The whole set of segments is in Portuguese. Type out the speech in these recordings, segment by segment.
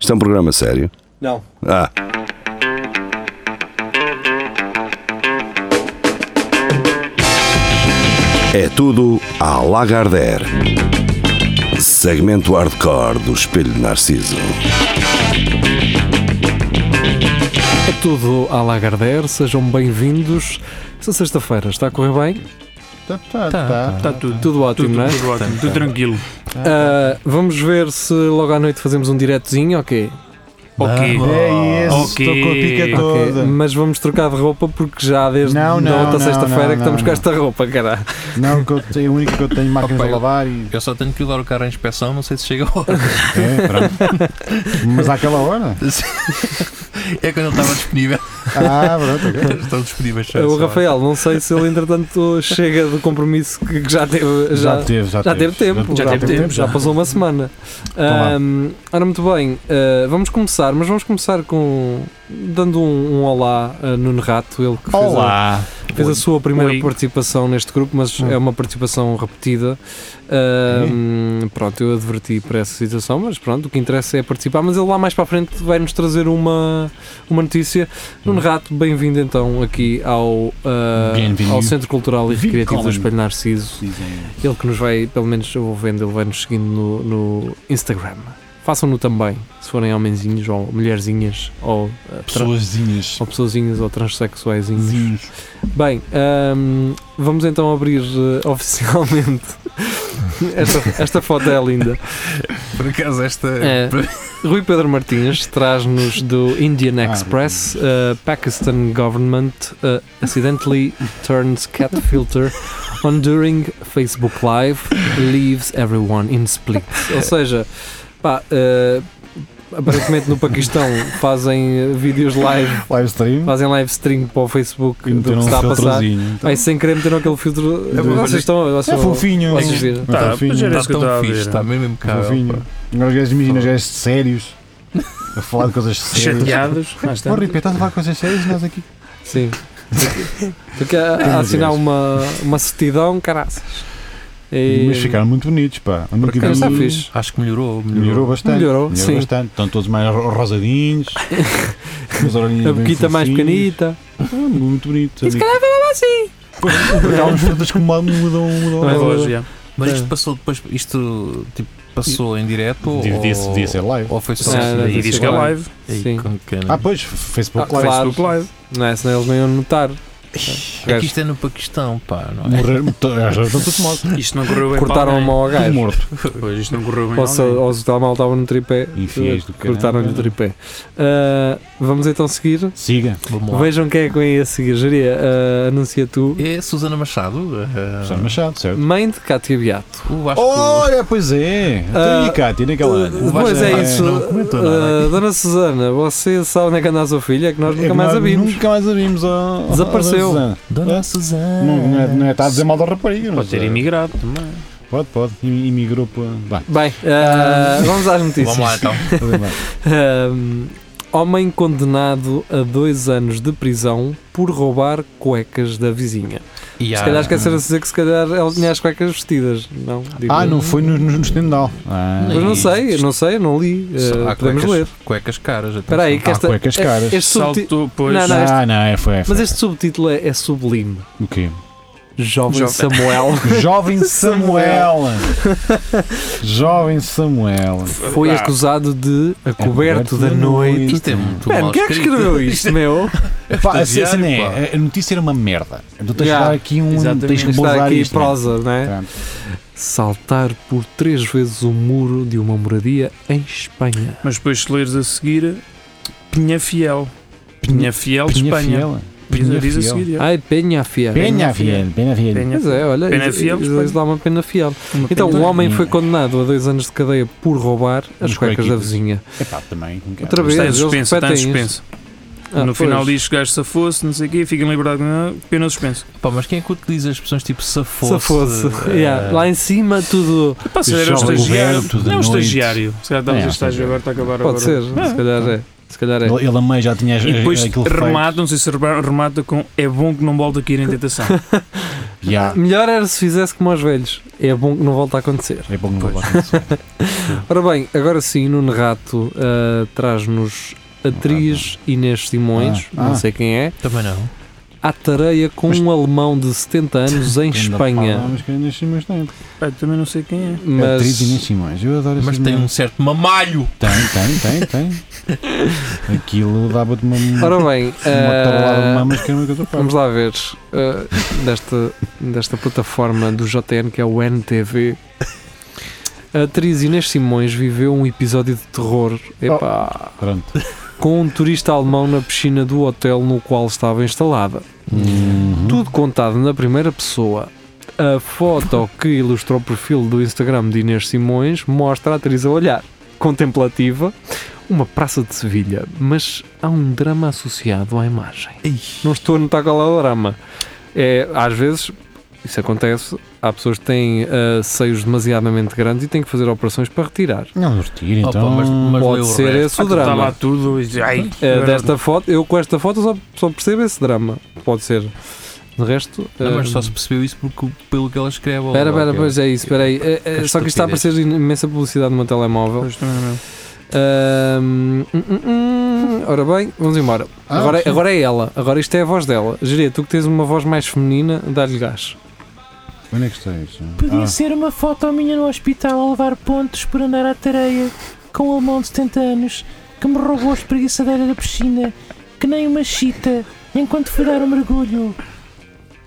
Isto é um programa sério. Não. Ah, é tudo à Lagardère. Segmento hardcore do Espelho de Narciso. É tudo à Lagardère, sejam bem-vindos. Essa sexta-feira está a correr bem? Tá, tá, tá. Está tudo. Tudo ótimo, tudo, não é? tudo ótimo, tudo tranquilo. Ah, vamos ver se logo à noite fazemos um diretozinho, ok? Ok. É isso, Ok. estou com a pica Ok, toda. Mas vamos trocar de roupa porque já desde Não, da não, outra não, sexta-feira não, que estamos não, com não. esta roupa, cara. Não, que eu tenho, o único que eu tenho máquinas Opa, a eu- lavar e. Eu só tenho que levar o carro à inspeção, não sei se chega a hora. É, pronto. Mas àquela hora? É quando ele estava disponível. Ah, pronto, ok. Estão disponíveis. só É, O essa hora. Rafael, não sei se ele entretanto chega do compromisso que que já teve. Já, teve, já teve tempo, Já teve tempo, já passou uma semana. lá. Ahm, ora, muito bem, ah, vamos começar, mas vamos começar com. dando um, um olá a Nuno Rato, ele que fez a- Olá. Fez a sua primeira Oi. participação neste grupo, mas é uma participação repetida. Ahm, pronto, eu adverti para essa situação, mas pronto, o que interessa é participar. Mas ele lá mais para a frente vai-nos trazer uma, uma notícia. Nuno Rato, bem-vindo então aqui ao, ah, Bem-vindo. ao Centro Cultural e Recreativo do Willkommen. Espelho Narciso. Dizem. Ele que nos vai, pelo menos eu vou vendo, ele vai nos seguindo no, no Instagram. Façam-no também, se forem homenzinhos ou mulherzinhas ou, ah, tra- Pessoazinhas. ou pessoazinhas ou transexuaisinhos. Zinhos. Bem, hum, vamos então abrir eh, oficialmente. esta, esta foto é linda. Por acaso esta. É. Rui Pedro Martins traz-nos do Indian Ah, Express: eh, Pakistan government eh, accidentally turns cat filter on during Facebook Live, leaves everyone in splits. Ou seja, pá. eh, Aparentemente no Paquistão fazem eh, vídeos live, Livestream. fazem live stream para o Facebook E do que meteram um está a passar. filtrozinho. Ai, sem querer meteram aquele filtro. É vocês bom. estão. É vocês- fofinho. Vocês É viram? Tá, fofinho. mas era isso Está que eu estava a tão fixe, ver. está mesmo Fofinho. impecável. pá. Agora os gajos imaginam os gajos sérios a falar de coisas sérias. Chateados. Ah, está. Pô, Ripa, estás a falar de coisas sérias? Nós aqui. Sim. Porque a, a assinar uma, uma certidão, caraças. É. E- Mas ficaram muito bonitos, pá. Eu nunca Cara, está vi- fixe. Acho que melhorou. Melhorou bastante. Melhorou, sim. bastante. Estão todos mais ro- rosadinhos. com as orelhinhas A bem boquita mais fofinhas. pequenita. Ah, muito bonito. E se calhar falava assim. Há uns filtros que mudam, mudam, mudam. Não é Mas bom. hoje, já. Mas isto É. passou depois. Isto tipo, passou em direto. ou- Dividia-se- devia ser live. Ou foi só. Sim, assim? deve E ser diz que é Claro. live. Ei, Sim. um- com cana. Ah, pois, Facebook Ah, Live. Claro. Facebook Live. Não é? Senão eles não iam notar. É que isto é no Paquistão, pá, não é? Morrer, estão todos mortos. Isto não correu é bem. para Cortaram a alguém. mão ao Tudo gajo. morto. Pois, isto não correu bem. Ou se para alguém. ou se o telemóvel estava no tripé, eh, Infiéis do caralho. cortaram-lhe o tripé. Ah, vamos então seguir. Siga. Vamos lá. Vejam quem é que vem a seguir. Jeria, ah, anuncia tu. É Susana Machado? eh, Está machado, Oh! certo? Mãe de Cátia Beato. eu acho que- Olha, pois é. Então, Ah, e a Cátia, naquela ano? Pois é isso. não comentou nada Ah, Dona Susana, você sabe onde é que anda a sua filha? É que É nós que nunca mais a vimos. Nunca mais a vimos. ó- ó- Desapareceu. ó, Susana. Dona Ah, Susana. Não, não, é, não é, está a dizer mal da rapariga. não Pode ter sei. imigrado também. Pode, pode. Imi- Imigrou para. Vai. Bem, ah, vamos às notícias. Vamos lá então. fazer mais. Ahm, homem condenado a dois anos de prisão por roubar cuecas da vizinha. E Se há- calhar esqueceram de dizer que se calhar é ela tinha as cuecas vestidas. Não, digo Ah, eu. não foi no, no, no estendal. Ah, Mas não sei, não sei, não li. Só- Ah, há podemos cuecas- ler. Cuecas caras. atenção. Espera aí, que Há esta. cuecas é- caras. Este subti- Saltou, pois. Não, não, este- Ah, não, é foi. Mas este subtítulo é, é sublime. O quê? Jovem Jovem. Samuel Jovem Samuel. Jovem Samuel. foi acusado de, a coberto da noite, Isto é muito Mano, mal quem é que escrito. escreveu isto, meu? Pá, assim, assim, estagiário, é, a- a notícia era uma merda. Então tens Yeah, de dar aqui um. exatamente. Tens de Está mudar aqui isto. né? prosa, não é? Pronto. Saltar por três vezes o muro de uma moradia em Espanha. Mas depois se leres a seguir, Pinhafiel. Pinhafiel de Pinha Espanha. Fiel. Diz Pinha diz a Fiel. seguir. é. Ai, Penha Fiel. Penha Fiel. Penha Fiel. Penha- Pois é, olha, Pena isso- fiel, isso Espanha. dá uma pena fiel. Uma Então, o pena. homem foi condenado a dois anos de cadeia por roubar as Umas cuecas da cuequitas. vizinha. Epá, também. um bocado. Outra vez. Está em Eles suspenso, está em repetem suspenso. Ah, no pois. final diz que o gajo safou-se, não sei o quê, fica em liberdade, não, pena suspenso. Pá, mas quem é que utiliza as expressões tipo Eh, safoso? Se fosse. eh, Yeah, Lá em cima, tudo. Pá, se era o Jovem estagiário. coberto de Não, o noite. estagiário. Se calhar estamos É, a estágio sim. agora, está a acabar agora. Pode ser, se calhar é. Se calhar é. Ele, ele a mãe já tinha as- E depois aquele feito. remata, não sei se remata com é bom que não volte a cair em tentação. Já. Melhor era se fizesse como aos velhos. É bom que não volte a acontecer. É bom que não vou lá acontecer. Ora bem, agora sim, Nuno Rato ah, traz-nos atriz Inês Simões, Ah, não ah. sei quem é, Também não. à tareia com um alemão de 70 anos em Ainda Espanha. Falamos que é Inês Simões tem. Pá, também não sei quem é. Mas... Atriz Inês Mas Simões. Eu adoro Mas essas tem um mulheres. certo mamalho. Tem, tem, tem, tem. Aquilo dava-te uma. ora bem, Uma tabelada de ah, mamas que é uma coisa vamos lá fácil. ver ah, desta, desta plataforma do JN que é o NTV. A atriz Inês Simões viveu um episódio de terror. Epá. Pronto. com um turista alemão na piscina do hotel no qual estava instalada. Uhum. Tudo contado na primeira pessoa. A foto que ilustra o perfil do Instagram de Inês Simões mostra a atriz a olhar, contemplativa, uma praça de Sevilha, mas há um drama associado à imagem. Não estou a notar qual é o drama. É, às vezes, isso acontece, há pessoas que têm ah, seios demasiadamente grandes e têm que fazer operações para retirar. Não, retira Opa, então. mas- mas lê Pode o ser resto. Ah, tá esse o Está drama. tá lá tudo. e- Ai, É, agora- um- desta foto, eu com esta foto só, só percebo esse drama. Pode ser. De resto. Não, mas eh, só se percebeu isso porque, pelo que ela escreve. Espera, ou lá, espera, que é. pois é isso, espera aí. Eh, eh, Que só que isto está a estupidez. aparecer imensa publicidade no meu telemóvel. Pois, também não. é Ahm, hum, hum, hum. ora bem, vamos embora. Ah, agora, sim. agora é ela, agora isto é a voz dela. Geria, tu que tens uma voz mais feminina, dá-lhe gás. Onde é que está isso? Ah. Podia Ah, ser uma foto minha no hospital a levar pontos por andar à tareia com um alemão de 70 anos que me roubou a espreguiçadeira da piscina que nem uma chita enquanto fui dar um mergulho.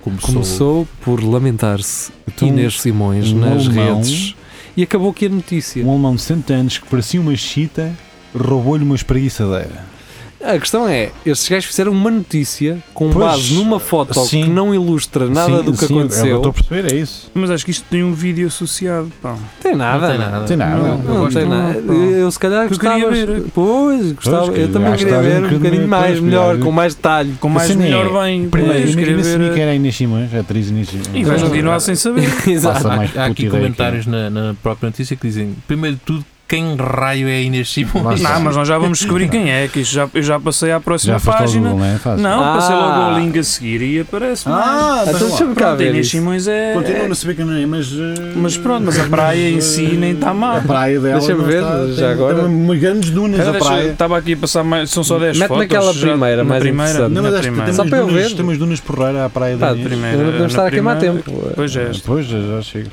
Começou. é. Começou por lamentar-se então, Inês Simões um nas alemão- redes e acabou aqui a notícia. Um alemão de 70 anos que parecia uma chita roubou-lhe uma espreguiçadeira. A questão é, estes gajos fizeram uma notícia com Pois, base numa foto sim. que não ilustra nada Sim, é do que sim, Eu aconteceu. estou a perceber, é isso. Mas acho que isto tem um vídeo associado. Pá. Tem nada. Não tem nada. Tem nada. Não, Não, eu não gosto tem de- nada. não. Eu se calhar Que eu queria gostava. ver. Pois, gostava. que eu também acho que queria estás um ver um bocadinho bocadinho mais, atrás, melhor, viado. com mais detalhe. Com mais Assim é. melhor bem. Primeiro, pois, nem queria nem ver- que é- era a Inês Simões, a atriz Inês Simões. E vais Mas- continuar sem saber. Exato. Passa Há- mais há, puta aqui ideia comentários na, na própria notícia que dizem, primeiro de tudo, quem raio é a Inês Simões? Lá Não, mas nós já vamos descobrir quem é, que isto já, eu já passei à próxima Já foste ao página. Google, não é? Fácil. Não, passei Ah. logo ao link a seguir e aparece. Ah, Então então deixa-me cá Pronto, ver. Inês isso. Simões é. Continuo a saber que não é, mas. eh, Mas pronto, mas a praia em si nem está má. A praia dela. Deixa-me não ver, está- tem- já agora. Tem umas grandes dunas Pera, a deixa- praia. Estava aqui a passar mais. São só 10 Mete fotos. naquela já- primeira, na mais primeira. interessante. Não, na mas acho que primeira. tem Só umas para eu dunas- ver. Tem umas dunas porreira à praia Pá, da de Inês. primeira. Eu não podemos Na estar a queimar primeira- tempo. Pois é. esta. Depois já, já chega.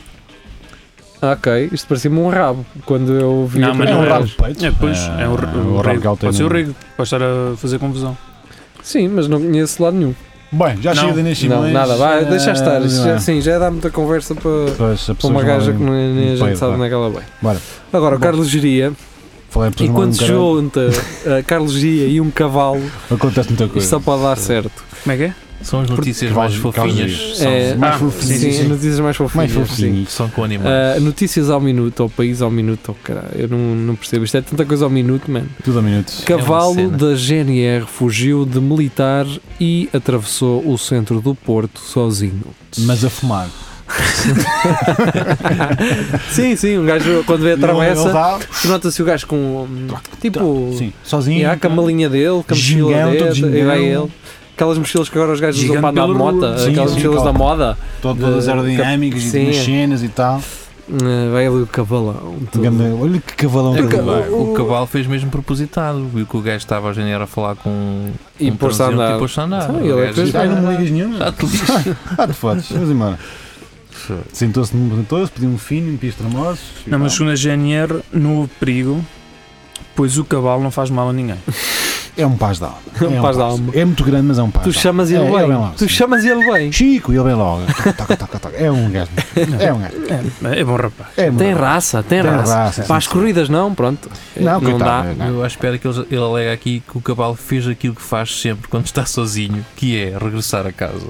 Ah, Ok, isto parecia-me um rabo quando eu vi. Não, a mas primeira é não um é. rabo vez. de peito. É, pois, é um, é um rabo que ela tem Pode ser o no- rego. Pode estar a fazer confusão. Sim, mas não conheço lado nenhum. Bem, já Não. chega de Inês Não, Simões. nada, vai, deixa estar. ah, Isto já- Sim, já dá muita conversa para. Pois, a Para pessoa uma já gaja vai- que nem nem a gente Bem, sabe é vá. naquela bem. Bora. Agora, o Bom. Carlos Geria, Falei para e os quando malucos, se junta a Carlos Geria e um cavalo, caralho, Acontece muita isto coisa. só pode dar certo. Como é que é? São as notícias Porque mais causa- fofinhas. causas- São, É, mais ah, fofinhas. Sim, notícias mais fofinhas. Mais sim. fofinhas. são com animais. Ah, notícias ao minuto, ao país ao minuto, oh, caralho, eu não, não percebo. Isto é tanta coisa ao minuto, mano. Tudo a minutos. Cavalo cena. da GNR fugiu de militar e atravessou o centro do Porto sozinho. Mas a fumar. sim, sim, um gajo quando vê a Ele- travessa, ele dá- tu nota-se o gajo com hum, tipo Sim, sozinho. e há com a malinha dele, com a Gingão, mochila todo dele, e vai gingão. ele. Aquelas mochilas que agora os gajos usam Gigante para andar de pela moto, rua. Sim, aquelas sim, mochilas da claro. moda, Todas de- aerodinâmicas sim. e umas cenas e tal. Ah, vai ali o cavalão. todo. Ganda- Olha que cavalão É que que ele o- vai. o, o cavalo fez mesmo propositado. Viu que o gajo estava a janeiro a falar com E Então, um pôs-se a transeunte tipo andar. E pôs-se a andar. Então, O ele é gajo- que fez- Ai, não me ligas nenhuma. Ah, te lixo. Ah, te fodes. Vamos embora. Sentou-se, sentou-se, pediu um fino, um piso tramosos. Não, mas segundo a GNR, não houve perigo, pois o cavalo não faz mal a ninguém. É um paz de alma. É Um paz de alma. É muito grande, mas é um Ah, paz tá. Tu de alma. chamas ele É, bem. ele vem logo, tu sim. chamas ele bem. Chico, ele vem logo. Toca, toca, toca. É um gajo. É um gajo. É, é bom rapaz. É muito Tem grande. raça, tem, Tem raça. raça, Para as sim, corridas não, pronto. sim. Não, dá. coitado. é, não. Eu à espera que ele, ele alega aqui que o cavalo fez aquilo que faz sempre quando está sozinho, que é regressar a casa.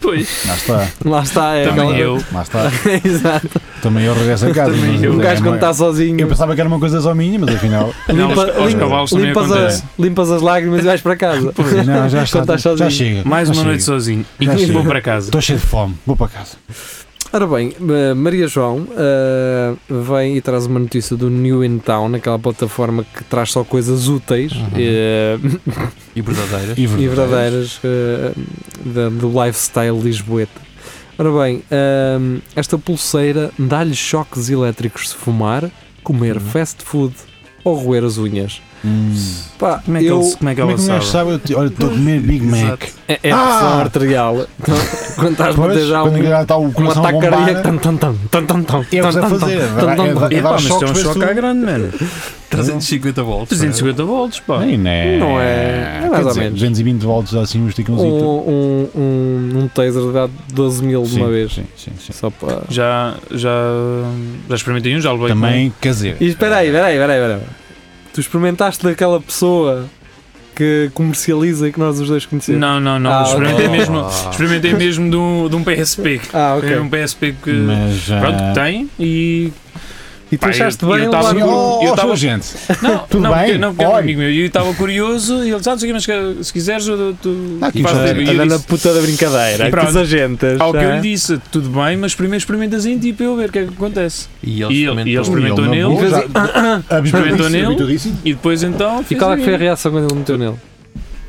Pois, Lá está. Lá está, é também aquela- eu. Lá está. Exato. Também eu regresso a casa. Também mas eu. O é Um gajo quando uma- está sozinho. Eu pensava que era uma coisa só minha, mas afinal. Não, aos- aos limpa- cavalos também limpas, acontece. as, limpas as lágrimas e vais para casa. Não, já Quando está. estás é. sozinho. Já chega. Mais já uma chega. noite sozinho. E Já vou chega. para casa. Estou cheio de fome. Vou para casa. Ora bem, eh, Maria João eh, vem e traz uma notícia do New in Town, aquela plataforma que traz só coisas úteis Uhum. eh, E verdadeira. e verdadeiras eh, da- do lifestyle lisboeta. Ora bem, ahm, esta pulseira dá-lhe choques elétricos se fumar, comer Uhum. fast food ou roer as unhas. Pá, Como é que eu... ele, como é que Como é ela que um sabe? gajo sabe? Eu te- Olha, estou a comer Big Mac. Exato. É, é a pressão Ah! arterial. Então, quando estás a Depois, ter já quando um, já está o um coração a ataque bombar, né? cardíaco... Tan, tan, tan, tan, tan, tan, é o que tan, está a tan, fazer. tan. é dar- é dar- É é pá, dar mas isto é choques, um vês choque tu- à grande, mano. então? 350 volts. é? 350 volts, pá. Nem, né. Não é- é mais Quer ou dizer, menos. 220 volts, assim, um Um, esticãozinho. um, um, um taser dá 12 mil de uma Sim, vez. Sim, sim, sim. Só para... Já, já, já experimentei um, já levei Também, quer dizer. E espera aí, espera aí, espera aí, espera aí. Tu experimentaste daquela pessoa que comercializa e que nós os dois com- conhecemos? um. Não, não, não. Ah, experimentei, ok. mesmo, experimentei mesmo de um, de um PSP. Ah, Foi ok. um PSP que. Mas. Pronto, que ah, tem e. E tu Pá, achaste eu- bem eu tava- levar um- sim, eu- ó, ó, tava- sua gente. Não, Tudo não, bem? Porque, não, porque era um Olha. amigo meu. E eu estava curioso e ele disse: Ah, não sei o quê, mas que- se quiseres, eu, tu. Ah, que Tá faz-te injusto. ver." E eu Anda na disse, puta da brincadeira. E Que pronto. exagentas. Ao que eu tá? lhe disse: Tudo bem, mas primeiro experimentas em ti para eu ver o que é que acontece. E E ele ele- e ele experimentou experimentou. Ele nele. não- fez- já- Ah, Habitou experimentou disso, nele. habitou disso. E depois então. E fiz qual é a que foi a minha. reação quando ele meteu nele?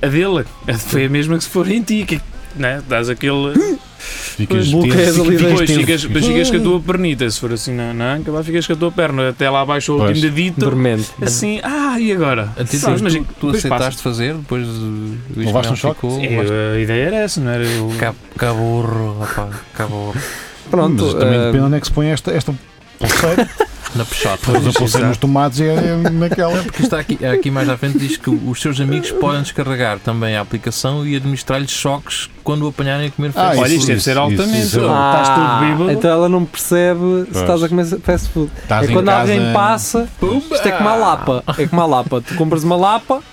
A dele a- foi a mesma que se for em ti. Que, né? Dás aquele. Hum, Ficas Bloqueias tenso. ali Ficas Depois dois tenso. ficas, depois ficas com a Hum. tua pernita, se for assim na, na anca, lá ficas com a tua perna, até lá abaixo o Pois. último dedito, Dormente. assim, ah, e agora? Até Sabes, mas tu, tu depois aceitaste passa. fazer, depois uh, o Levaste um Ismael choque? ficou. Sim, é. a ideia era essa, não era? Eu... Cab- Caborro, rapaz, caborro. Pronto. Mas também ah, depende onde é que se põe esta, esta pulseira. Na peixota. Pois a pulseira nos tomates é, é naquela. Porque está aqui, aqui mais à frente diz que os seus amigos podem descarregar também a aplicação e administrar-lhes choques quando o apanharem a comer Ah, fast Olha, food. isto deve ser isso, altamente. isso, isso. Estás todo bêbado. Então ela não percebe se Pois. estás a comer fast food. Estás é em quando casa, alguém passa, isto é como a lapa. É como a lapa. Tu compras uma lapa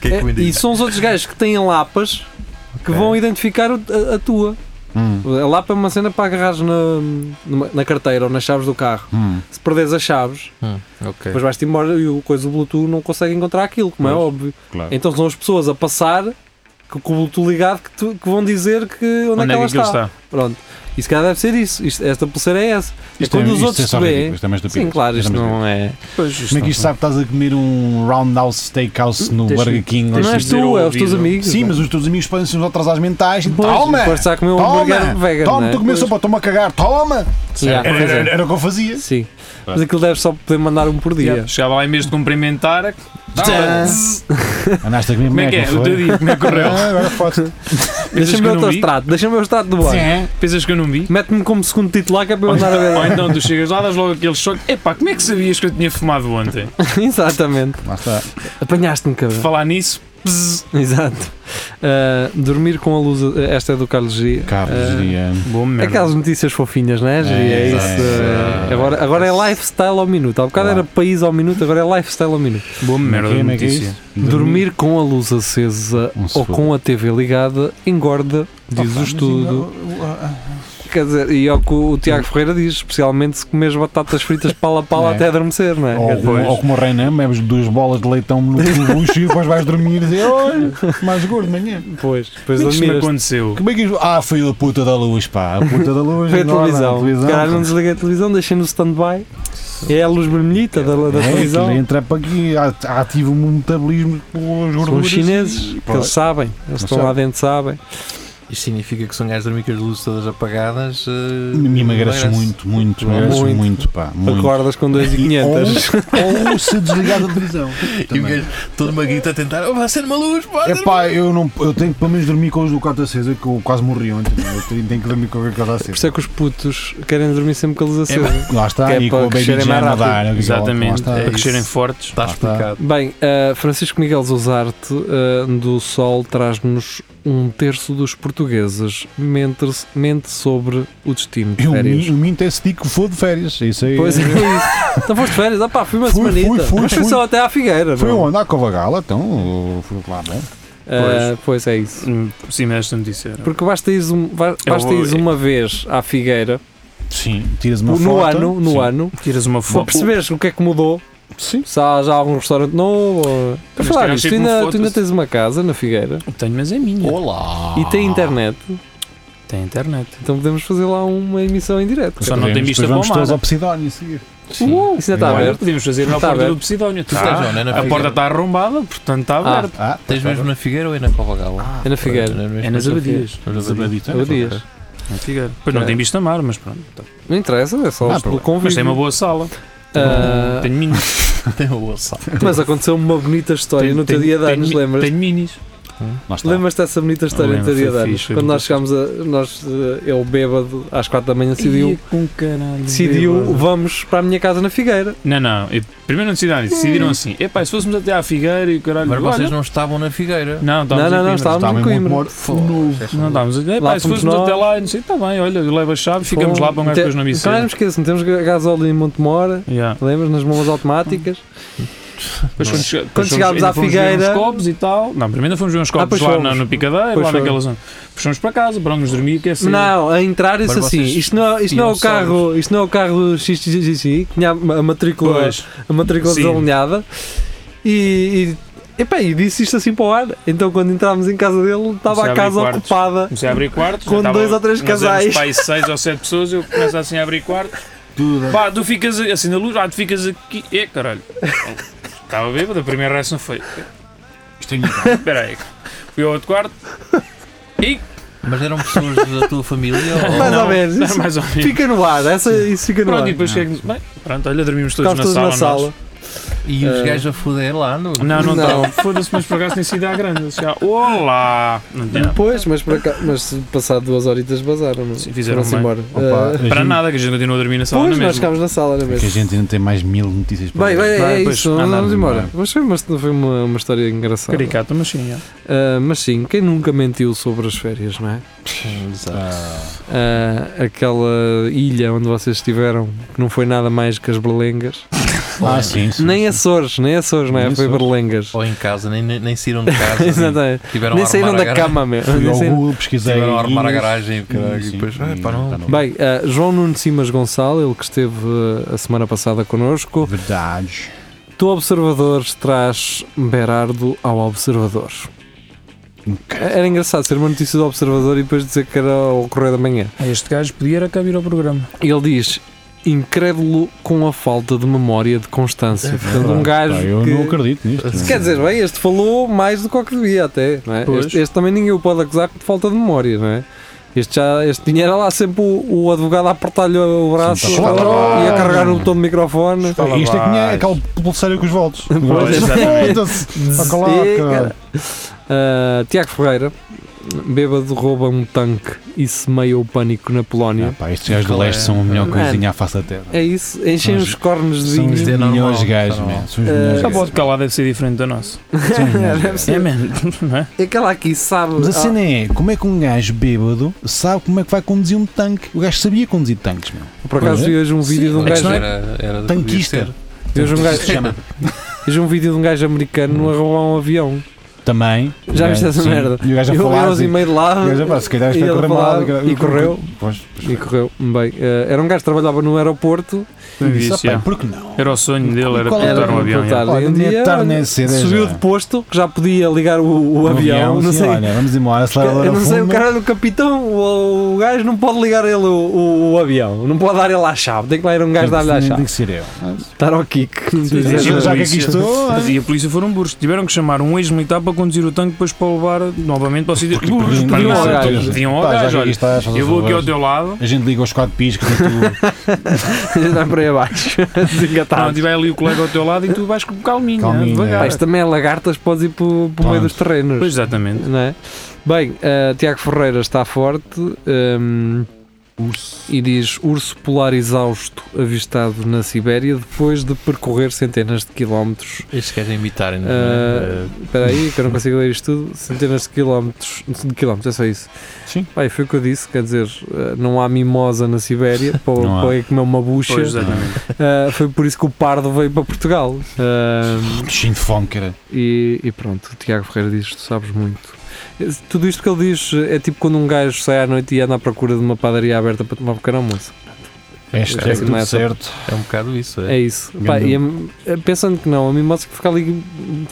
Que é que eu e indico? são os outros gajos que têm lapas que vão identificar o- a, a tua. Hum, A lapa é uma cena para agarrares na, numa- na carteira ou nas chaves do carro. hum. Se perdes as chaves, Hum, ok. depois vais-te embora e o coisa do Bluetooth não consegue encontrar aquilo, como é Pois. óbvio. Claro. Então são as pessoas a passar que, com o Bluetooth ligado que, tu- que vão dizer que onde, é que ela aquilo está. Pronto. E se calhar deve ser isso. Isto- esta pulseira é essa. é Isto quando é- os isto outros é só te veem. ridículo, Isto é mais Sim, estúpido. claro, isto Isto é mais não é. Pois, isto Como é que não- isto sabe? que Estás a comer um Roundhouse Steakhouse no Deixa- Burger King. ou deixa- Não assim. és tu, dizer ao é os teus ouvido. amigos. Sim, mas os teus amigos podem ser uns atrasados mentais. Pois, Toma! Depois está a comer um hambúrguer vegan. Toma, né? tu comeu Pois. sopa, toma a cagar, toma! Yeah, Era, pois é. era- era o que eu fazia. Sim. Mas aquilo deve só poder mandar um por Yeah. dia. Chegava lá em vez de cumprimentar. Tchan. Zzz. Andaste a comer Como é que é? O teu dia, como é que correu? Ah, agora foto. Pensas Deixa-me que eu ver o não teu vi? extrato. Deixa-me ver o extrato do banho. é? Pensas que eu não vi? Mete-me como segundo titular que é para eu Ou andar a então, ou ver. então tu chegas lá, dás logo aquele choque. Epá, como é que sabias que eu tinha fumado ontem? Exatamente. Lá está. Apanhaste-me, Por cabrão. falar nisso, pss, Exato. Ah, dormir com a luz. a- Esta é do Carlos G. Carlos, Ah, diria. bom merda. Aquelas notícias fofinhas, não é? Gi? É, É, isso. é, é. Agora, agora é lifestyle ao minuto. Há bocado Olá. era país ao minuto, agora é lifestyle ao minuto. Bom merda. de Como é que é notícia. isso? Dormir com a luz acesa Um ou segundo. com a TV ligada engorda, diz o estudo. Quer dizer, e é o que o Tiago Ferreira diz, especialmente se comes batatas fritas pala a pala É. até adormecer, não é? Quer Ou, dizer, como- ou como o Renan, bebes duas bolas de leitão no bucho e depois vais dormir e dizer: Olha, mais gordo de manhã. Depois, depois Como é que isto me admiras. aconteceu? Como é que isto- Ah, foi a puta da luz, pá. A puta da luz. Vê a agora, televisão. a Caralho, não desliguei a televisão, deixei no stand-by. É a luz vermelhita da, da É, aquilo televisão. entra para aqui, at- ativa o metabolismo com as São gorduras. os chineses, que Pá, eles sabem, eles estão lá sabem. dentro, sabem. Isto significa que são gajos de dormir com as luzes todas apagadas. eh, Me emagrece muito, muito, Muito. emagrece muito, pá. Muito. Acordas com E- ou, 2,500. ou se desligar da televisão. E o gajo todo maguito a tentar. Oh, vai ser uma luz, pá. É pá, eu, não, eu tenho que pelo menos dormir com os do quarto acesa, que eu quase morri ontem. não é? Eu tenho, tenho que dormir com o quarto Por acesa. isso é que os putos querem dormir sempre com a luz acesa. Lá Que está, é para e com o baby crescerem jam mais a rápido. dar. aquilo, lá Exatamente, está. para é crescerem isso. fortes. Está explicado. Bem, uh, Francisco Miguel Zousarte uh, do Sol traz-nos um terço dos portugueses mente, mente sobre o destino de Eu férias. mi- eu minto esse dia que fui de férias. Isso aí. Pois é, isso. Então foste de férias? Ah pá, fui uma Fui, fui, semanita. fui, Mas foi fui. só até à Figueira. é Foi não? é? onde? À Covagala, então. Fui lá, bom. Uh, pois é isso. Hum, Sim, mas esta notícia. era- Porque basta ires, um, ba- basta vou- ires uma vez à Figueira, Sim. Tiras uma no foto. ano, no Sim. ano, Tiras uma para foto. perceberes o que é que mudou, Sim. se há já algum restaurante novo. Ou... Para Mas um tipo falar tirar nisto, tu sempre uma ainda, foto. tu ainda tens uma casa na Figueira Oh, Tenho, mas é minha. Olá! e Ah. tem internet, Tem internet. então podemos fazer lá uma emissão em direto. Só não tem vista para o Vamos mar. todos ao Posidónio a seguir. Uh, isso ainda está Olha, aberto. podíamos fazer na Está porta do aberto. Posidónio. Tu estás onde? É na a Figueira? porta está arrombada, portanto está Ah. aberta. Ah, Tens mesmo na Figueira ou é na Covagala? né? É na Ah, Figueira. É nas abadias. Zabadita. Abadias. Figueira. Pois não É. tem bicho na mar, mas pronto. tá. Não interessa, é só Ah, pelo pronto. convite. Mas tem uma boa sala. Ah, Tenho minis. Tem o bolsa. mas aconteceu uma bonita história no teu dia de anos, tenho, lembras? Tenho minis. Lá está. Lembras-te dessa bonita história no Tá. lembro, teu dia de foi anos? fixe, foi Quando muito nós chegámos a. Nós, eh, eu bêbado, às 4 da manhã, decidiu, Ia com caralho. decidiu bêbado. vamos para a minha casa na Figueira. Não, não. e- Primeiro não decidiram isso. Decidiram assim. Epá, e se fôssemos até à Figueira e o caralho. Agora olha, vocês não estavam na figueira. Não, Não, não, não, estávamos. estávamos Estava em em Coimbra. Montemor, um novo. Foda-se. Não estávamos. Epá, Lá e se fomos fôssemos nós. até lá, e não sei, está bem, olha, eu levo a chave e ficamos lá para um gajo depois não me Então não me esqueço, metemos gasóleo em Montemor, Yeah. lembras? Nas bombas automáticas. Depois quando, chega- Quando depois chegámos fomos- ainda à fomos ver Figueira- Ah, Uns copos e tal. Não, primeiro ainda fomos ver uns pois copos lá fomos. na- no Picadeiro, Pois lá foi. naquela zona. Puxamos para casa, para nos dormir, que é assim. Não, a entrar disse Mas assim, vocês isto não, isto não é o iam carro, isto não é o carro XXXI, que tinha a ma- a matrícula, Pois, a matrícula sim. desalinhada e, e, epá, e disse isto assim para o ar. Então quando entrámos em casa dele Comecei a estava a abrir casa quartos. ocupada. comecei a abrir quartos. Com já estava- dois ou três nós éramos casais. Pai, seis ou sete pessoas, eu começo assim a abrir quartos. Tudo. Pá, tu ficas assim na luz, ah, tu ficas aqui. É, caralho. Estava bêbado, a primeira reação foi. Isto é inevitável. Espera aí. Fui ao outro quarto. E. Mas eram pessoas da tua família? ou- Mais não, ou menos, não, isso- Mais ou menos. Fica no ar, essa, isso fica no Pronto, ar. e depois chega-nos. Bem, pronto, olha, dormimos todos Ficámos todos na na sala. nós. sala. E os Eh. gajos a foder lá no. Não, não Não. estava. Foda-se, mas por acaso tem sido à grande. Eles chegaram, Olá! Não tinha. Depois, mas, por acaso, mas passado duas horitas bazaram. não? é? Sim, fizeram Foram-se bem. embora. Opa, Ah, a Para gente- nada, que a gente continua a dormir na sala pois, na nós mesma. ficámos na sala na É que mesma. a gente ainda tem mais mil notícias para Bem, bem, dar. é, Vai, pois, isso, vamos andamos embora. embora. Mas foi uma, foi uma, uma história engraçada. Caricato, mas sim. é. Ah, mas sim, quem nunca mentiu sobre as férias, não é? Ah, Ah, aquela ilha onde vocês estiveram, que não foi nada mais que as berlengas. ah, sim, sim. Nem Açores, nem Açores, não é? Nem Foi Açores. berlengas. Ou em casa, nem, nem, nem saíram de casa. nem, Exatamente. tiveram Nem a saíram arrumar da a garagem. cama mesmo. Fui Nem ao saíram- Google, pesquisei. Tiveram a armar a guias. garagem. caralho, Sim, e depois, sim, ah, pá, não. tá no- Bem, ah, João Nuno Simas Gonçalo, ele que esteve ah, a semana passada connosco. Verdade. Do Observador traz Berardo ao Observador. Era engraçado ser uma notícia do Observador e depois dizer que era ao Correio da Manhã. Ah, Este gajo podia era cá vir ao programa. Ele diz: incrédulo com a falta de memória de constância. Portanto, um gajo. É Pá, eu que- não acredito nisto. Se quer dizer, um bem, este falou mais do que o que devia, até. Não é? Pois. este, este também ninguém o pode acusar de falta de memória, não é? Este, já, este dinheiro era lá sempre o, o advogado a apertar-lhe o braço Sim, tá e está lá. a carregar no botão de microfone. Isto é que nem é aquele pulseiro com os volts. Pois, exatamente. Foda-se. Toca lá, Sim, cara. Ah, Tiago Ferreira, bêbado rouba um tanque e semeia o pânico na Ah, Polónia. pá, estes gajos do é? leste são a melhor Mano. coisinha à face da terra. É isso, enchem São os cornos de São os vinho. de- normal, melhores gajos, tá normal. man. São os Eh, melhores Já gajos. pode lá deve ser diferente da nossa. São os melhores Deve gajos. ser. mesmo. Não é? Aquela aqui sabe. né? Mas a ah, cena é, como é que um gajo bêbado sabe como é que vai conduzir um tanque? O gajo sabia conduzir tanques, meu. Por acaso vi hoje um vídeo de um é que gajo. não é- Era, era do que devia Tanquista. ser. vi hoje um Tanquista gajo- se chama. Vejo um vídeo de um gajo americano a roubar um avião. Também. Já O viste gajo, essa sim. merda? E o gajo a Eu eu falar aos e assim. meio de o gajo a lado falar, Se calhar isto e vai ele correr falava, mal. cara. e correu. Pois, pois. e correu. Bem, eh, era um gajo que trabalhava no aeroporto, Bem Disse, visto, "Ah, já. pá, Por que não? Era o sonho dele, era Qual é era pilotar um o avião. já. pilotar? Olha, Olha, um dia, nem estar olha, nesse CD subiu já. de posto, que já podia ligar o, o Um avião, não sim, sei. olha, vamos embora, acelera lá Eu não sei, o fundo. cara do capitão, o, o gajo não pode ligar ele o, o- o avião, não pode dar ele à chave, tem que lá ir um gajo dar-lhe à Tem chave. que ser eu. Estar ao kick. não Sim, tens sim, nada. Já que aqui é. polícia. estou. Mas E a polícia foram burros. Tiveram que chamar um ex-militar para conduzir o tanque, depois para o levar novamente para o sítio. Burros, para pediam ao nada. gajo. Pediam ao Pá, já gajo, que aqui olha, estás, faz o Eu vou aqui favor. ao teu lado. A gente liga os quatro pis que tu. Dá para aí abaixo. Não, Tá. Desengatado. tiver ali o colega ao teu lado e tu vais com calminho, Calminho, devagar. Pá, isto também é lagartas, podes ir para o para o meio Pronto. dos terrenos. Pois exatamente. não é? Bem, eh, Tiago Ferreira está forte hum, e diz urso polar exausto avistado na Sibéria depois de percorrer centenas de quilómetros. Estes gajos a imitarem. não é? Eh, Espera aí, que eu não consigo ler isto tudo. Centenas de quilómetros, de quilómetros, é só isso. Sim. Bem, foi o que eu disse, quer dizer, eh, não há mimosa na Sibéria para, Não há. é. para ir comer uma bucha. Pois exatamente. Eh, foi por isso que o pardo veio para Portugal. Hum, Cheio de fome, cara. e, e pronto, o Tiago Ferreira diz: Tu sabes muito. Eh, Tudo isto que eh, ele diz é tipo quando um gajo sai à noite e anda à procura de uma padaria aberta para tomar um pequeno almoço. Hashtag Essa não é tudo essa- certo. É um bocado isso. É. É isso. Pá, e a- pensando que não, a mimosa que fica ali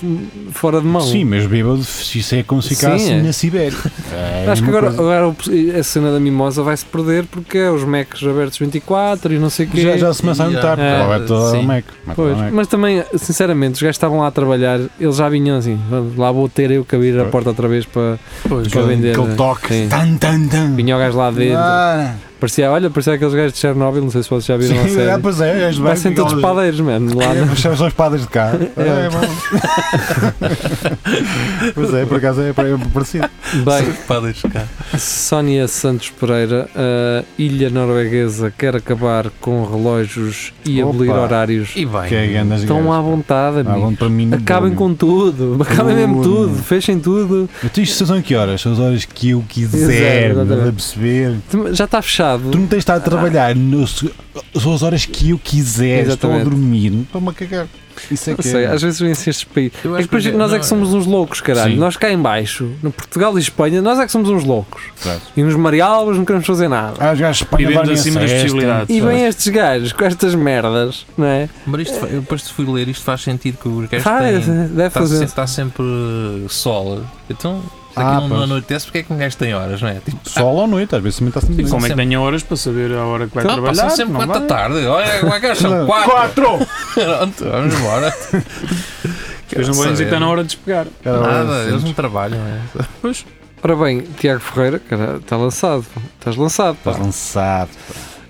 hum, fora de mão. Sim, mas bêbado, se isso é como se ficasse Sim, é. na Sibéria. É a Acho que mesma agora, coisa. agora o- a cena da mimosa vai se perder porque é os Macs abertos 24 e não sei o quê. Já, já se começa a Já, notar, porque é, ela vai toda ao sim. Mac. vai toda Pois, ao Mac. mas também, sinceramente, os gajos estavam lá a trabalhar, eles já vinham assim, lá vou ter eu que abrir a Pois. porta outra vez para. Pois, Para Aquele- vender, Aquele né? toque. Sim. Tan, tan, tan. Vinha o gajo lá dentro. Ah, Parecia, olha, parecia aqueles gajos de Chernobyl, não sei se vocês já viram a sim, ah, série. pois é, és bem, Parecem todos aquelas- padeiros, mano. Lá É, no- mas são são os padres de cá. É, bom. pois é, por acaso é parecido. Bem, Pá, deixa cá. Sónia Santos Pereira, a ilha norueguesa quer acabar com relógios e Opa. abolir horários. E bem. Que é grandes Estão à vontade, Ah, amigo. bom, para mim, não Acabem dá, com tudo, acabem mesmo Ui. tudo, fechem tudo. meu. Tu isto são que horas? São as horas que eu Exato, quiser, exatamente. nada a perceber. Já está fechado. Tu não tens estado a trabalhar, no, são as horas que eu quiser, estou a Exatamente. dormir, estou-me a cagar. Isso é Não que sei, é. às vezes vêm-se estes países. Eu É que acho que depois é- nós é não, que somos uns loucos, caralho. Sim. Nós cá em baixo, no Portugal e Espanha, nós é que somos uns loucos. Claro. E nos Marialvas não queremos fazer nada. Ah, os gajos espanhóis Vivemos assim acima valem a das cesta. possibilidades. E Certo. vêm estes gajos com estas merdas, não é? Mas isto, fa- eu depois te fui ler, isto faz sentido que os gajos Faz, têm. deve Está fazer. sempre, tá sempre sol. Então, se Ah, aquilo não pois. anoitece, porque é que um gajo tem horas, não é? Tipo, Sol ou noite, às vezes também está sempre E noite. como é que tenho horas para saber a hora que vai Então, trabalhar? passam sempre Não 4 da vai. tarde. Olha, como é que elas são? Não. 4! Pronto, vamos embora. um Depois não vão dizer que então, está na hora de despegar. Cada hora Nada, assim. eles não trabalham. É. Pois, Ora bem, Tiago Ferreira, cara, está lançado. pá. Estás lançado. pá. Estás lançado.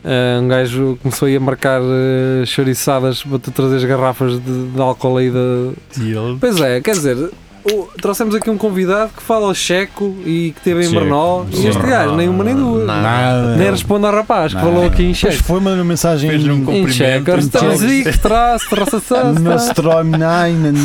Ah, um gajo começou aí a marcar eh, chouriçadas para tu trazer as garrafas de, de álcool aí da. E ele. Pois é, quer dizer. o- trouxemos aqui um convidado que fala checo e que teve em Checo, Brno. E sim. este gajo, nem uma nem duas. Nada. Nem responde ao rapaz que falou aqui em Mas checo. foi uma mensagem. Fez-lhe um Em cumprimento. checo. Ora, estamos checo. aí, que traz, traça, traça. Nostrom 9,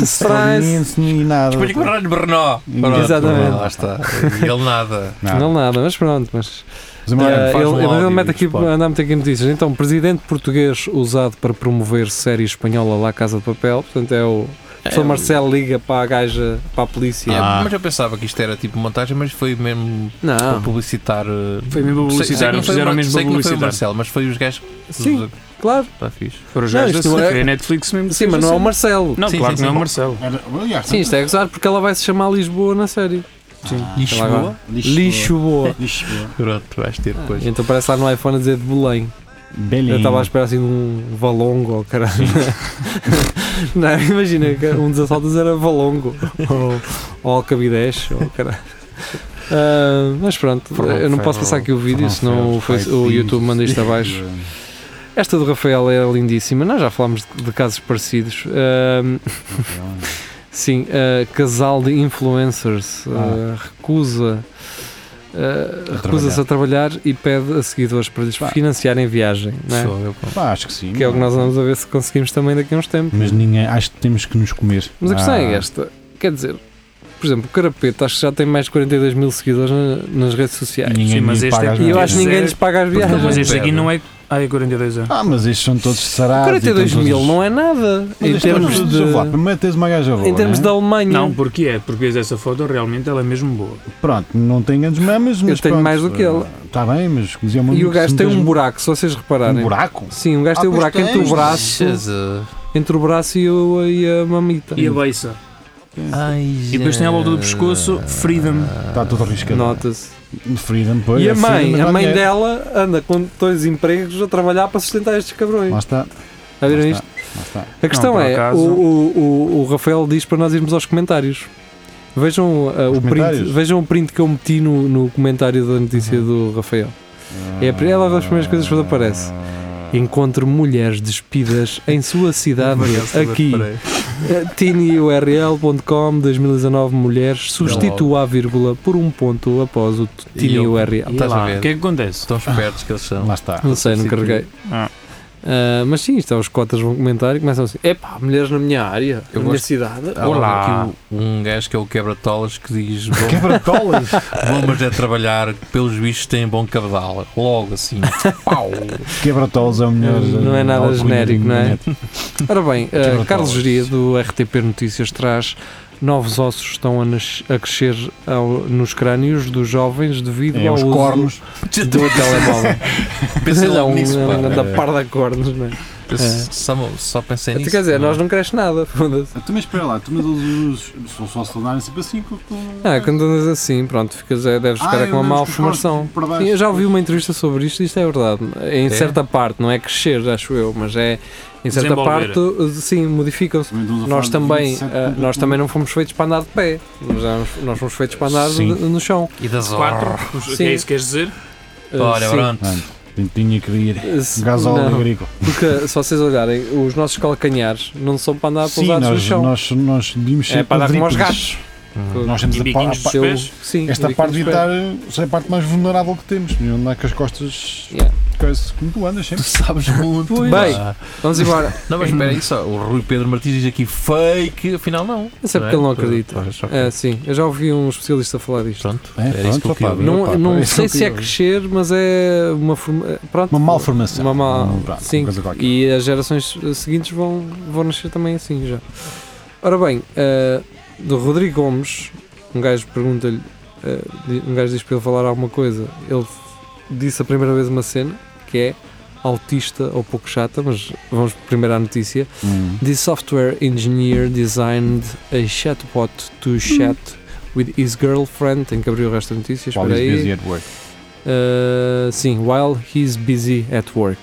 Stress. Nostrom e nada. Espanha com o Rádio Brno. Pronto, Exatamente. Lá está. E ele nada. Não nada, mas pronto. Mas, Mas, Ah, mano, faz ele um ele áudio, mete aqui, pá. anda a meter aqui notícias. Então, presidente português usado para promover série espanhola lá Casa de Papel. Portanto, é o. O professor Marcelo liga para a gaja, para a polícia. É, Ah. Mas eu pensava que isto era tipo montagem, mas foi mesmo para Não. publicitar. eh, foi mesmo sei- sei que publicitar, não foi o fizeram Mar- mesmo sei que não foi o publicitar. Marcelo, mas foi os gajos. Sim, claro. Está fixe. Para os Não, gajos, isto da- é- é Netflix mesmo. assim. Sim, mas não é o Marcelo. Não, Sim, claro sim, que não é sim. o Marcelo. Era- aliás, Sim, isto é gozar porque ela vai se chamar Lisboa na série. Lixo Ah, agora. boa. Lixo boa. Lisboa. Pronto, vais ter depois. Então parece lá no iPhone a dizer de Belém. Belém. Eu estava a esperar assim de um Valongo, ou caralho. Não, imagina que um dos assaltos era Valongo ou, ou Alcabidez, ou caralho. Ah, mas pronto, eu não posso passar aqui o vídeo, senão o, Face- o YouTube manda isto abaixo. Esta do Rafael é lindíssima, nós já falámos de, de casos parecidos. Ah, Ahm, sim, ah, casal de influencers ah, recusa. ah, Recusa-se a trabalhar e pede a seguidores para lhes financiarem viagem, não é? Sou eu, pá. Pá, acho que sim. que é o que nós vamos a ver se conseguimos também daqui a uns tempos. Mas ninguém. Acho que temos que nos comer. Mas a questão é Ah, esta: quer dizer, por exemplo, o Carapeta acho que já tem mais de 42 mil seguidores na- nas redes sociais Ninguém Sim, mas lhe este paga é- as e eu merdas. acho que ninguém lhes paga as Porque viagens. Então, Mas não este aqui perde. não é. Ai, 42 anos. Ah, mas estes são todos sarados. 42 mil não é nada em é termos de. um Primeiro tens uma gaja boa. Em termos né? da Alemanha, Não, porque é, porque vês essa foto, realmente ela é mesmo boa. Pronto, não tem grandes mamas, mas. tenho pronto, mais do que ele. Está bem, mas como dizia meu E o amigo, gajo se tem metes um buraco, se vocês repararem. Um buraco? Sim, um gajo Ah, tem um pois buraco entre o tens. braço, Jesus. entre o braço e, o- e a mamita. E a beiça. Ai, Tá E depois tem a volta do pescoço, freedom. Está todo arriscado. Nota-se. Freedom, pois. E é a mãe, freedom, a mas mãe dá dinheiro. dela anda com dois empregos a trabalhar para sustentar estes cabrões. Lá está. Já viram lá isto? está, lá está. A questão por é, acaso. o, o, o, o Rafael diz para nós irmos aos comentários. Vejam, ah, Os o, print, comentários? Uhum. vejam o print que eu meti no, no comentário da notícia do Rafael. É a pri- é uma das primeiras coisas que aparece. Encontro mulheres despidas em sua cidade, aqui. uh, tinyurl.com 2019 mulheres substitua a vírgula por um ponto após o t- E eu- tinyurl. Estás a lá, ver? o que é que acontece? Estão espertos que eles são. Ah, Lá está. Não sei, não Substitua. carreguei. Ah. Ah, mas sim, isto é, os cotas vão comentar e começam assim: epá, mulheres na minha área, na Eu minha gosto- Ah. cidade. Há Olá. Aqui o- um gajo que é o quebra-tolas que diz: "Bom, Quebra-colas. Bombas a é trabalhar, pelos bichos têm bom cabedal. Logo assim. Pau! Quebra-tolas é o melhor. Não é nada alcunha genérico, do não é? internet. Ora bem, ah, Quebra-tolas. Carlos Geria do RTP Notícias traz Novos ossos estão a, nas- a crescer ao- nos crânios dos jovens devido É, ao os uso cornos. do telemóvel. Pensei Ele é logo um, nisso, é pá. um grande par de cornos, não é? Eu Só, só pensei nisso. Quer dizer, não é? nós não cresce nada, foda-se. Ah, Tu mas espera lá, tu mas eles os- são só se tornarem sempre assim com. com- Ah, quando andas assim, pronto, ficas, é, deves ficar Ah, com uma andamos má os cornos formação. para baixo. Sim, eu já ouvi uma entrevista sobre isto, isto é verdade. Em É? certa parte, não é crescer, acho eu, mas é em certa Desenvolver. parte, sim, modificam-se. Também estamos Nós a falar de também, 27 ah, nós também não fomos feitos para andar de pé. Nós, éramos- nós fomos feitos para andar de- Sim. no chão. E das horas. Quatro? Os- Sim. É isso que queres dizer? Ah, Ora, sim. pronto. Portanto, Tinha que ir. Um Ah, se- Gasóleo não, agrícola. Porque se vocês olharem, os nossos calcanhares não são para andar Sim, pousados no nós, chão. nós, nós devíamos ser é para dar como aos quadrípedes. gatos. Nós temos E a pa- biquinhos. a pa- Eu- pés? sim, esta eu parte de digo-vos evitar é a parte mais vulnerável que temos. não Andar com as costas. Yeah. coisa, Como tu andas sempre. Tu sabes muito. Pois. pá. Bem. bem. Vamos embora. Não, mas espera aí só. O Rui Pedro Martins diz aqui fake, afinal não. Isso é porque ele não acredita. Ah, sim, eu já ouvi um especialista falar disto. Pronto. É, Era isso que eu pronto, queria opa, ouvir. Não, opa, não parece sei que eu se é queria ouvir. crescer, mas é uma forma. Pronto, Uma malformação. Uma mal- pronto, sim, uma coisa qualquer. E as gerações eh, seguintes vão, vão nascer também assim já. Ora bem, eh, do Rodrigo Gomes, um gajo pergunta-lhe, eh, di- um gajo diz para ele falar alguma coisa. Ele f- disse a primeira vez uma cena que é autista ou pouco chata, mas vamos primeiro à notícia. Hum. The software engineer designed a chatbot to chat with his girlfriend. Tenho que abrir o resto da notícia, While espera he's busy aí. at work. Uh, sim, while he's busy at work.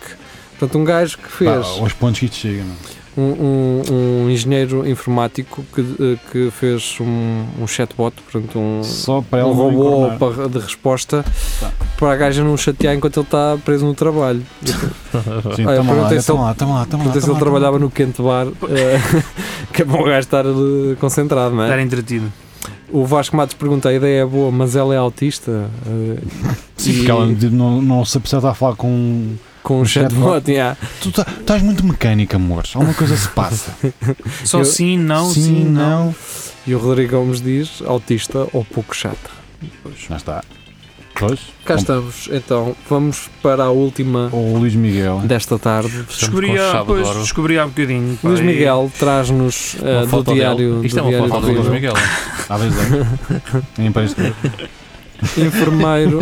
Portanto, um gajo que Pá, fez, aos pontos que isto chega. não é? um, um- um engenheiro informático que, eh, que fez um, um chatbot, portanto, um, Só para ela um não robô encornar. para- de resposta Tá. para a gaja não chatear enquanto ele está preso no trabalho. Sim, Olha, toma lá, perguntei se toma lá, toma lá, toma lá. Portanto, se toma ele lá, trabalhava no quente bar, eh, que é para o gajo estar eh, concentrado, não é? Estar entretido. O Vasco Matos pergunta: a ideia é boa, mas ela é autista? Eh, Sim, e- porque ela não, não se apercebe estar a falar com. com um chatbot, yeah. Tu tá- tu estás muito mecânico, amor. Alguma coisa se passa. Só Eu- sim, não, Sim, não. E o Rodrigo Gomes diz: autista ou pouco chata. Já está. Pois. Cá estamos, então, vamos para a última Ou o Luís Miguel. desta tarde. Descobri, com há, chave de pois, ouro. descobri há um bocadinho. pá, Luís e- Miguel traz-nos eh, Uma do foto dele. diário. Isto do é uma diário foto de do Luís Vida. Miguel. Há 10 anos. Em Paris de Enfermeiro,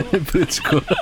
Desculpa.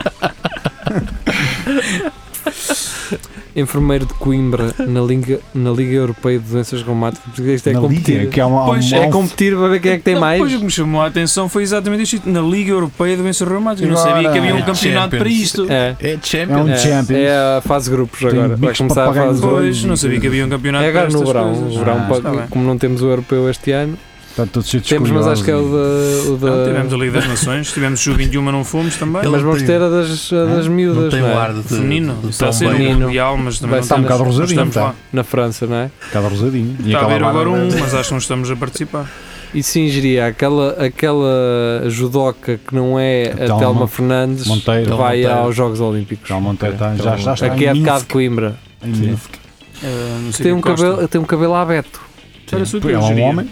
enfermeiro de Coimbra na Liga, na Liga Europeia de Doenças Reumáticas. Porque Isto é Na competir. Liga, que há uma. há Pois, um- há É um- competir para ver quem é que tem Não, mais. Pois Então, o que me chamou a atenção foi exatamente isto. Na Liga Europeia de Doenças Reumáticas. Eu não Agora, sabia que havia um é. campeonato para Champions. isto. É. É É champion. um é, Champions. é a fase de grupos agora. Vai bicos começar a papagaio fase de nos grupos. Pois, não sabia que havia um campeonato É agora para no estas verão. coisas. O verão Ah, pode- está bem. como não temos o europeu este ano, Está todo cheio de temos, mas acho que é o curiosos da. O da Não, Então, tivemos a Liga das Nações, tivemos Sub-21, mas não fomos também. Ele mas vamos tem- ter a das, a das Não miúdas tem não é? o ar de. Feminino. de Está a tão ser bem. um Feminino. mundial, mas também Vai não estar um temos- bocado não rosadinho, estamos lá. na França, não é? e- Cada rosadinho. E Está a aquela haver barba agora um, verde. mas acho que não estamos a participar. E se ingeria aquela, aquela judoca que não é a Telma Telma, Fernandes Monteiro. vai Monteiro. aos Jogos Olímpicos. Já o Monteiro está- já, já está Aqui é em de cá de Minsk. Coimbra. Em Minsk. Ah, não sei Tem o um, que Costa. cabelo, tem um cabelo aberto. Parece o Pô, Ele é um Diogenia. homem.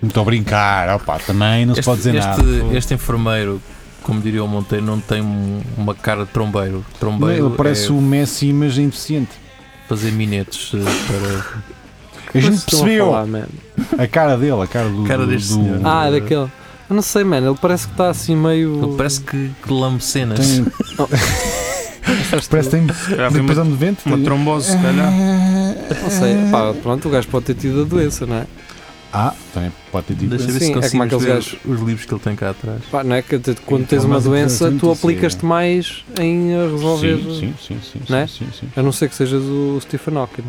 Estou a brincar. Opa, também não se pode dizer nada. este, este enfermeiro, como diria o Monteiro, não tem um- uma cara de trombeiro. Não, Trombeiro Ele parece é o Messi, mas é indeficiente. fazer minetes eh, para... A gente Mas estão a percebeu falar, man. a cara dele, a cara do. Cara do- deste do- senhor. Ah, é daquele. Eu não sei, mano. Ele parece que está assim meio. Ele parece que, que lambe cenas. Tem, parece que tem Já foi uma- depressão de vento. Uma tem- trombose, se calhar. Não sei. É. Pá, pronto, o gajo pode ter tido a doença, não é? Ah, também pode ter dito. Deixa eu ver Sim, é se como conseguimos aqueles ver gajos. os livros que ele tem cá atrás. Pá, não é? Que te- quando Sim, tens uma mas é doença, interessante tu isso, aplicas-te mais em eh, resolver. Sim, sim, sim, sim, Não é? sim, sim, sim. A não ser que sejas o Stephen Hawking.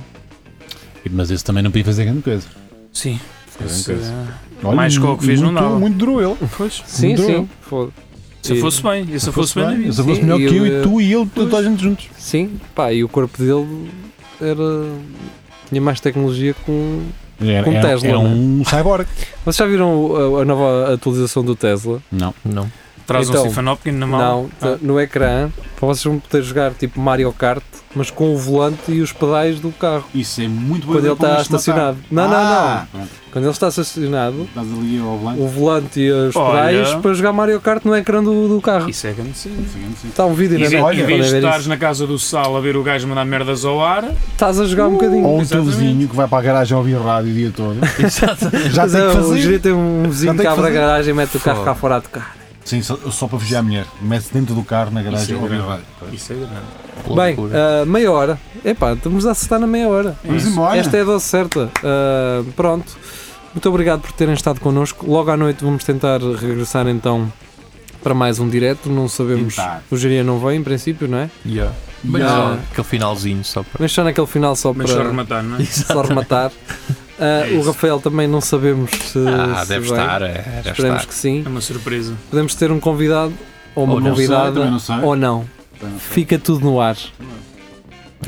E- Mas esse também não podia fazer grande coisa. Sim. Esse- é Se, Mais que o que fiz, não muito, dava. Muito durou ele. pois, Sim, Durou. sim. Foda. se E- eu fosse bem, e se eu fosse bem, bem, David. se eu fosse Sim, melhor que eu ele- e tu e ele, toda a gente juntos. Sim, pá, e o corpo dele era. tinha mais tecnologia que um. Era, Com era- Tesla, era não é? um cyborg. Vocês já viram a, a nova atualização do Tesla? Não. Não. Traz Então, um Stephen Hopkins na mão. Não, Ah. no ecrã, para vocês vão poder jogar tipo Mario Kart, mas com o volante e os pedais do carro. Isso é muito bom. Quando ele está estacionado. Não, não, não. não. Quando ele está estacionado, Ah, Estás ali ao volante. o volante e os Olha. pedais para jogar Mario Kart no ecrã do, do carro. Isso é grande sim. Está um vídeo E na em Isso, vez- olha, em podem vez de ver estares isso. na casa do Sal a ver o gajo mandar merdas ao ar, Estás a jogar um bocadinho. Ou o teu Exatamente. vizinho que vai para a garagem ouvir rádio o dia todo. Já Mas tem é, que O fazer. Giro tem um vizinho Já que tem que abre a fazer. garagem e mete o carro cá fora de carro. Sim, só, só para vigiar a mulher. Mete-se dentro do carro na garagem Isso é ouvir grande. rádio. isso é grande. Bem, ah, meia hora. Epá, estamos a acertar na meia hora. Vamos embora. Esta é a dose certa. Ah, pronto. Muito obrigado por terem estado connosco. Logo à noite vamos tentar regressar então para mais um direto. Não sabemos. Tentar. O Geria não vem, em princípio, não é? Mas Não. só aquele finalzinho só para. Mas só naquele final só Mas só para rematar, não é? só rematar. Ah, É o isso. Rafael também não sabemos se. Ah, Eh, se deve vem. estar, é, deve Esperemos estar. que sim. É uma surpresa. Podemos ter um convidado ou uma Ou não sei, convidada também não sei. ou não. Também não sei. Fica tudo no ar,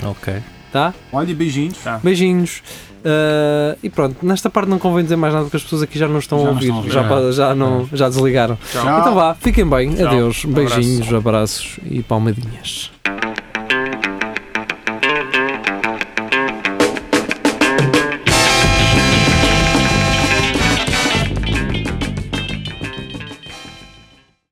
Ok. tá? Olha, beijinhos. Tá, Beijinhos. Ah, e pronto, nesta parte não convém dizer mais nada porque as pessoas aqui já não estão Já a não ouvir, estão a ouvir. é. já, pa- já, não, já desligaram. Tchau. Tchau. Um Então vá, fiquem bem, Tchau. adeus, Abraço. beijinhos, abraços e palmadinhas.